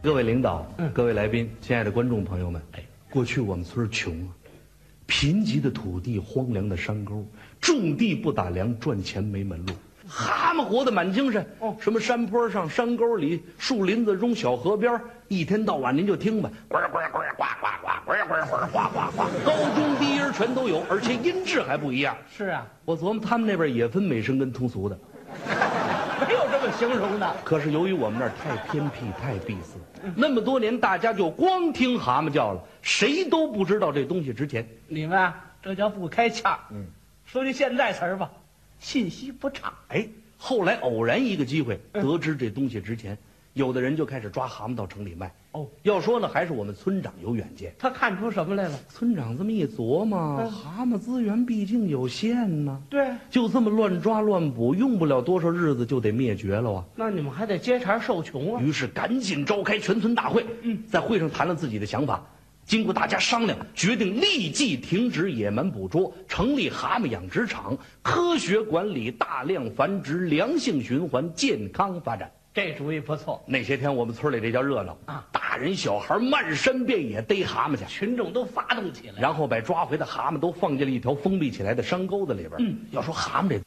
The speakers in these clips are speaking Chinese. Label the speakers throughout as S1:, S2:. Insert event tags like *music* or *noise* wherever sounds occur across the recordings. S1: 各位领导、各位来宾、亲爱的观众朋友们，哎，过去我们村儿穷啊，贫瘠的土地、荒凉的山沟，种地不打粮，赚钱没门路，蛤蟆活得满精神。哦，什么山坡上、山沟里、树林子中、小河边儿，一天到晚您就听吧，呱呱呱呱呱呱呱呱呱呱呱呱，高中低音儿全都有，而且音质还不一样。
S2: 是啊，
S1: 我琢磨他们那边也分美声跟通俗的，
S2: 没有这么形容的。
S1: 可是由于我们那儿太偏僻、太闭塞，
S2: 嗯
S1: 那么多年大家就光听蛤蟆叫了，谁都不知道这东西值钱。
S2: 你们啊，这叫不开窍。嗯，说句现代词儿吧，信息不畅。
S1: 哎，后来偶然一个机会
S2: 嗯
S1: 得知这东西值钱，有的人就开始抓蛤蟆到城里卖。
S2: 哦，
S1: 要说呢，还是我们村长有远见。
S2: 他看出什么来了？
S1: 村长这么一琢磨，
S2: 嗯
S1: 蛤蟆资源毕竟有限呢，
S2: 对，
S1: 就这么乱抓乱捕，用不了多少日子就得灭绝了啊。
S2: 那你们还得接茬受穷啊。
S1: 于是赶紧召开全村大会，嗯，在会上谈了自己的想法，经过大家商量，决定立即停止野蛮捕捉，成立蛤蟆养殖场，科学管理，大量繁殖，良性循环，健康发展。
S2: 这主意不错，
S1: 那些天我们村里这叫热闹
S2: 啊，
S1: 大人小孩漫山遍野逮蛤蟆去，
S2: 群众都发动起来。
S1: 然后把抓回的蛤蟆都放进了一条封闭起来的山沟子里边。嗯，要说蛤蟆这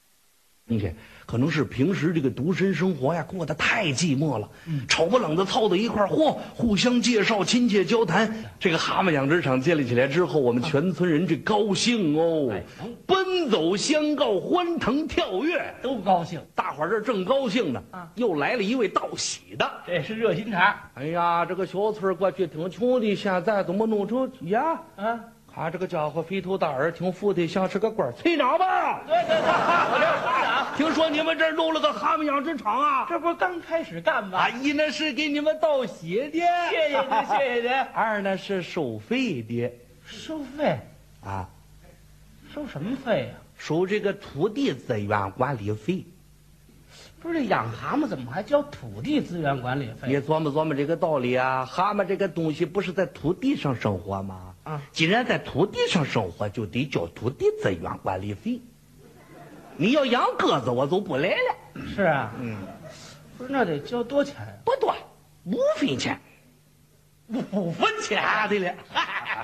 S1: 东西，可能是平时这个独身生活呀过得太寂寞了，吵不冷的凑到一块儿，嚯，互相介绍，亲切交谈。这个蛤蟆养殖场建立起来之后，我们全村人这高兴嗯哦
S2: 哎，
S1: 奔走相告，欢腾跳跃。
S2: 都高兴，
S1: 大伙儿这正高兴呢，
S2: 啊
S1: 又来了一位道喜的。
S2: 这是热心肠
S1: 嗯哎呀，这个小村儿过去挺穷的，现在怎么弄成呀？
S2: 啊！
S1: 他这个家伙肥头大耳，挺富的，像是个官儿。村长吧，
S2: 对对对，我这村长，
S1: 听说你们这儿弄了个蛤蟆养殖场啊？
S2: 这不是刚开始干吗？
S1: 一呢是给你们道喜的，
S2: 谢谢您，谢谢 *laughs* 您。
S1: 二呢是收费的，
S2: 收费
S1: 啊，
S2: 收什么费啊呀、
S1: 收这个土地资源管理费。
S2: 不是这养蛤蟆怎么还交土地资源管理费？
S1: 你琢磨琢磨这个道理啊，蛤蟆这个东西不是在土地上生活吗？
S2: 啊，
S1: 既然在土地上生活，就得交土地资源管理费。你要养鸽子，我就不来了，
S2: 是啊，嗯，不是那得交多钱啊呀、
S1: 不多，五分钱。
S2: 五分钱
S1: 啊，对了。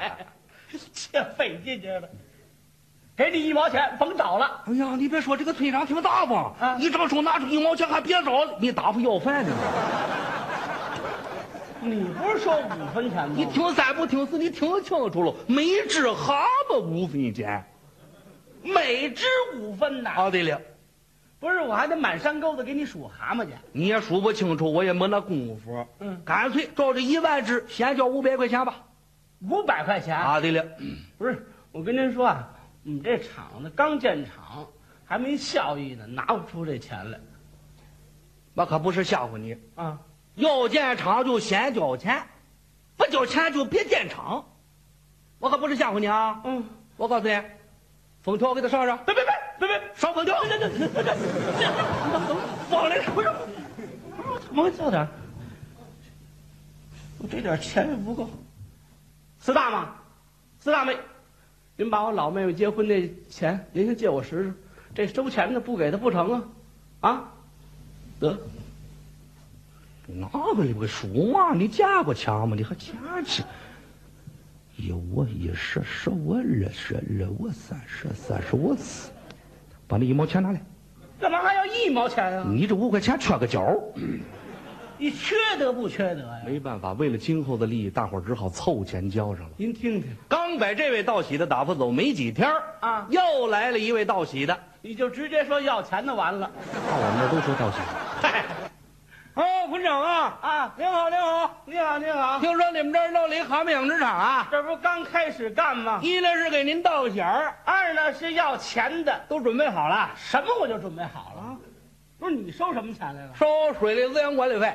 S2: *laughs* 这费劲劲的，给你一毛钱，甭找了。
S1: 哎呀，你别说，这个村长挺大方，
S2: 啊
S1: 一张手拿出一毛钱还别找，你打发要饭呢？
S2: 你不是说五分钱吗？
S1: 你听三不听四，你听清楚了，每只蛤蟆五分钱。
S2: 每只五分呐、
S1: 啊，对了，
S2: 不是，我还得满山沟子给你数蛤蟆去。
S1: 你也数不清楚，我也没那功夫，
S2: 嗯，
S1: 干脆照这一万只，先交五百块钱吧。
S2: 五百块钱。
S1: 啊，对了，
S2: 不是，我跟您说啊，我们这厂子刚建厂，还没效益呢，拿不出这钱来
S1: 我可不是吓唬你，
S2: 啊。
S1: 要建厂就先交钱，不交钱就别建厂。我可不是吓唬你啊，
S2: 嗯，
S1: 我告诉你，封条给他上上。
S2: 别别别别别，
S1: 烧烤掉，
S2: 放来不是，不是，忙叫点儿，我这点钱也不够。四大妈，四大妹，您把我老妹妹结婚那钱，您先借我使使，这收钱的不给她不成啊，啊，得，
S1: 哪个你不给数嘛？你见过钱吗？你还钱去？一五一十，十五二十，二五三十，三十五四。把那一毛钱拿来，
S2: 干嘛还要一毛钱啊？
S1: 你这五块钱缺个角儿。
S2: 你缺德不缺德呀？
S1: 没办法，为了今后的利益，大伙儿只好凑钱交上了。
S2: 您听听，
S1: 刚把这位道喜的打发走没几天儿
S2: 啊
S1: 又来了一位道喜的。
S2: 你就直接说要钱的完了。
S1: 到我们这儿都说道喜。
S2: 嗨，
S1: 哦，村长啊，
S2: 啊，
S1: 您好，您好，
S2: 你好，你好，
S1: 听说你们这儿闹了一蛤蟆养殖场啊？
S2: 这不刚开始干吗？
S1: 一呢是给您道喜儿，
S2: 二呢是要钱的，
S1: 都准备好了。
S2: 什么我就准备好了。不是你收什么钱来了？
S1: 收水利资源管理费。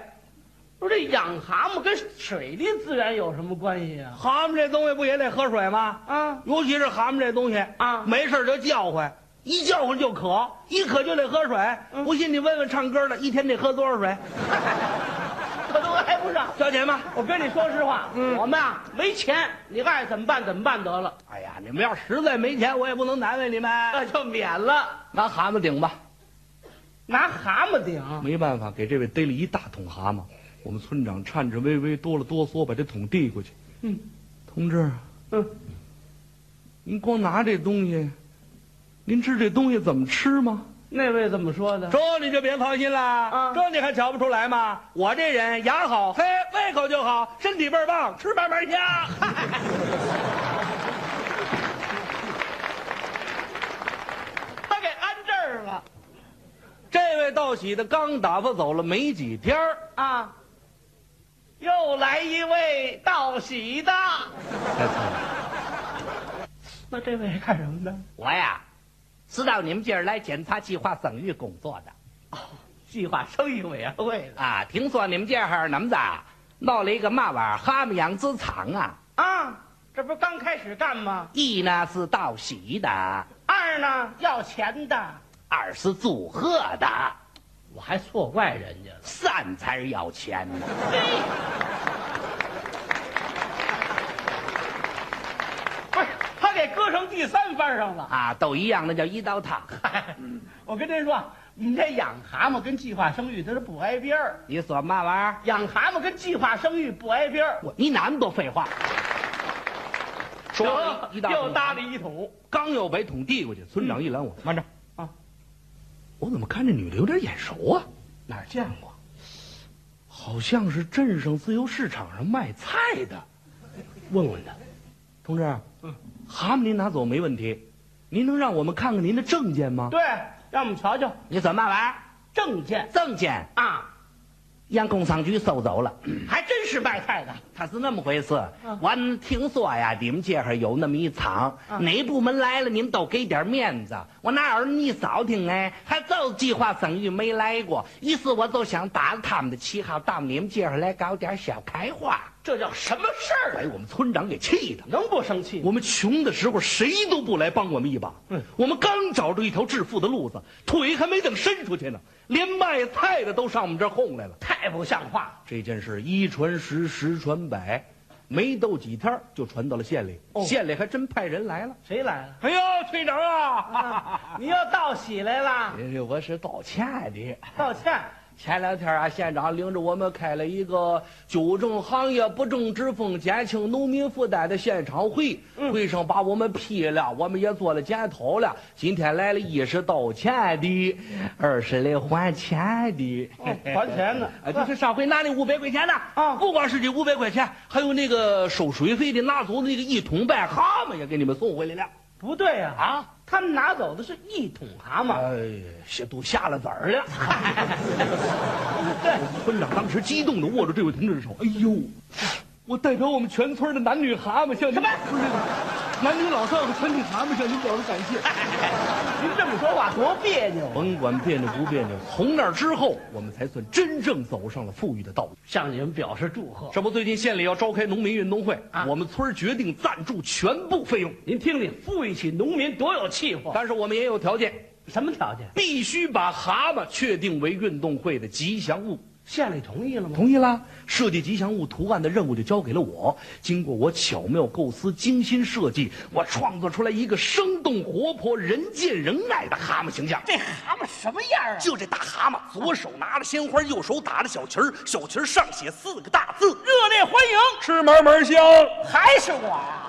S2: 不是这养蛤蟆跟水利资源有什么关系啊？
S1: 蛤蟆这东西不也得喝水吗？
S2: 啊， *laughs*
S1: 尤其是蛤蟆这东西
S2: 啊
S1: 没事儿就叫唤，一叫唤就渴，一渴就得喝水。
S2: 嗯
S1: 不信你问问唱歌的，一天得喝多少水？
S2: 我都挨不上。
S1: 交钱吧。
S2: 我跟你说实话，
S1: 嗯
S2: 我们啊没钱，你爱怎么办怎么办得了，
S1: 哎呀，你们要实在没钱，我也不能难为你们，
S2: 那就免了。
S1: 拿蛤蟆顶吧。
S2: 拿蛤蟆顶，
S1: 没办法，给这位逮了一大桶蛤蟆，我们村长颤颤巍巍、哆了哆嗦，把这桶递过去。
S2: 嗯，
S1: 同志，
S2: 嗯，
S1: 您光拿这东西，您知这东西怎么吃吗？
S2: 那位怎么说的？
S1: 这你就别操心啦
S2: 啊
S1: 这你还瞧不出来吗？我这人牙好，嘿，胃口就好，身体倍儿啊棒，吃嘛嘛香。
S2: 他给安这儿了
S1: *laughs* 这位道喜的刚打发走了没几天儿
S2: 啊！又来一位道喜的，那这位干什么的？
S3: 哎我呀，知道你们这儿来检查计划生育工作的
S2: 计划生育委员会的
S3: 啊，听说你们这儿你们子啊闹了一个嘛玩意儿哈密养殖场啊，
S2: 啊！这不是刚开始干吗？
S3: 一呢是道喜的，
S2: 二呢要钱的，
S3: 二是祝贺的，
S2: 我还错怪人家了。
S3: 三才是要钱的。
S2: 不是，哎他给搁成第三番上了。
S3: 啊，都一样，那叫一刀汤。
S2: *laughs* 嗨，我跟您说啊，你这养蛤蟆跟计划生育它是不挨边儿，
S3: 你说嘛玩意儿？
S2: 养蛤蟆跟计划生育不挨边儿。
S3: 我你哪那么多废话？
S2: 得
S3: 说一一道
S2: 又
S3: 汤
S2: 搭了一啊桶，
S1: 刚要把桶递过去，村长一拦我，慢着
S2: 啊！
S1: 我怎么看这女的有点眼熟啊？
S2: 哪儿见过？
S1: 好像是镇上自由市场上卖菜的。
S2: 问问他。
S1: 同志，嗯，蛤蟆您拿走没问题，您能让我们看看您的证件吗？
S2: 对，让我们瞧瞧
S3: 你说嘛玩意儿？
S2: 证件
S3: 证件
S2: 啊，
S3: 让工商局收走了。
S2: 还真是卖菜的。
S3: 他是那么回事
S2: 嗯，
S3: 我听说呀，你们这儿有那么一场，
S2: 嗯
S3: 哪部门来了，你们都给点面子。我那儿你少听哎，还就计划生育没来过，于是我就想打着他们的旗号到你们这儿来搞点小开花，
S2: 这叫什么事儿？
S1: 把我们村长给气的。
S2: 能不生气吗？
S1: 我们穷的时候，谁都不来帮我们一把。
S2: 嗯
S1: 我们刚找着一条致富的路子，腿还没等伸出去呢，连卖菜的都上我们这儿哄来了。
S2: 太不像话了。
S1: 这件事一传十，十传百，没斗几天儿就传到了县里。
S2: 哦
S1: 县里还真派人来了。
S2: 谁来了？
S1: 哎呦，村长啊！
S2: 你又道喜来了，
S1: *laughs* 这我是道歉的。
S2: 道歉。
S1: 前两天啊，县长领着我们开了一个纠正行业不正之风、减轻农民负担的现场会，
S2: 嗯
S1: 会上把我们批了，我们也做了检讨了。今天来了，一是道歉的，二是来还钱的，
S2: 哦还
S1: *laughs*
S2: 钱的
S1: 啊，就是上回拿那五百块钱的
S2: 啊
S1: 不光是这五百块钱，还有那个收水费的拿走的那个一桶半蛤蟆也给你们送回来了
S2: 不对呀、啊，
S1: 啊！
S2: 他们拿走的是一桶蛤蟆。
S1: 哎呀，下都下了崽儿了。
S2: *laughs* 对，
S1: 村长当时激动地握住这位同志的手，哎呦，我代表我们全村的男女蛤蟆向您
S2: 什么
S1: 不是男女老少的全体蛤蟆向您表示感谢。
S2: 您这么说话多别扭啊！
S1: 甭管别扭不别扭，从那之后，我们才算真正走上了富裕的道路。
S2: 向你们表示祝贺。
S1: 这不，最近县里要召开农民运动会，
S2: 啊
S1: 我们村儿决定赞助全部费用，
S2: 您听听，富裕起农民多有气魄！
S1: 但是我们也有条件，
S2: 什么条件？
S1: 必须把蛤蟆确定为运动会的吉祥物。
S2: 县里同意了吗？
S1: 同意啦！设计吉祥物图案的任务就交给了我。经过我巧妙构思、精心设计，我创作出来一个生动活泼、人见人爱的蛤蟆形象。
S2: 这蛤蟆什么样啊？
S1: 就这大蛤蟆，左手拿着鲜花，右手打着小旗儿，小旗儿上写四个大字
S2: 热烈欢迎，
S1: “吃嘛嘛香
S2: 还是我呀、啊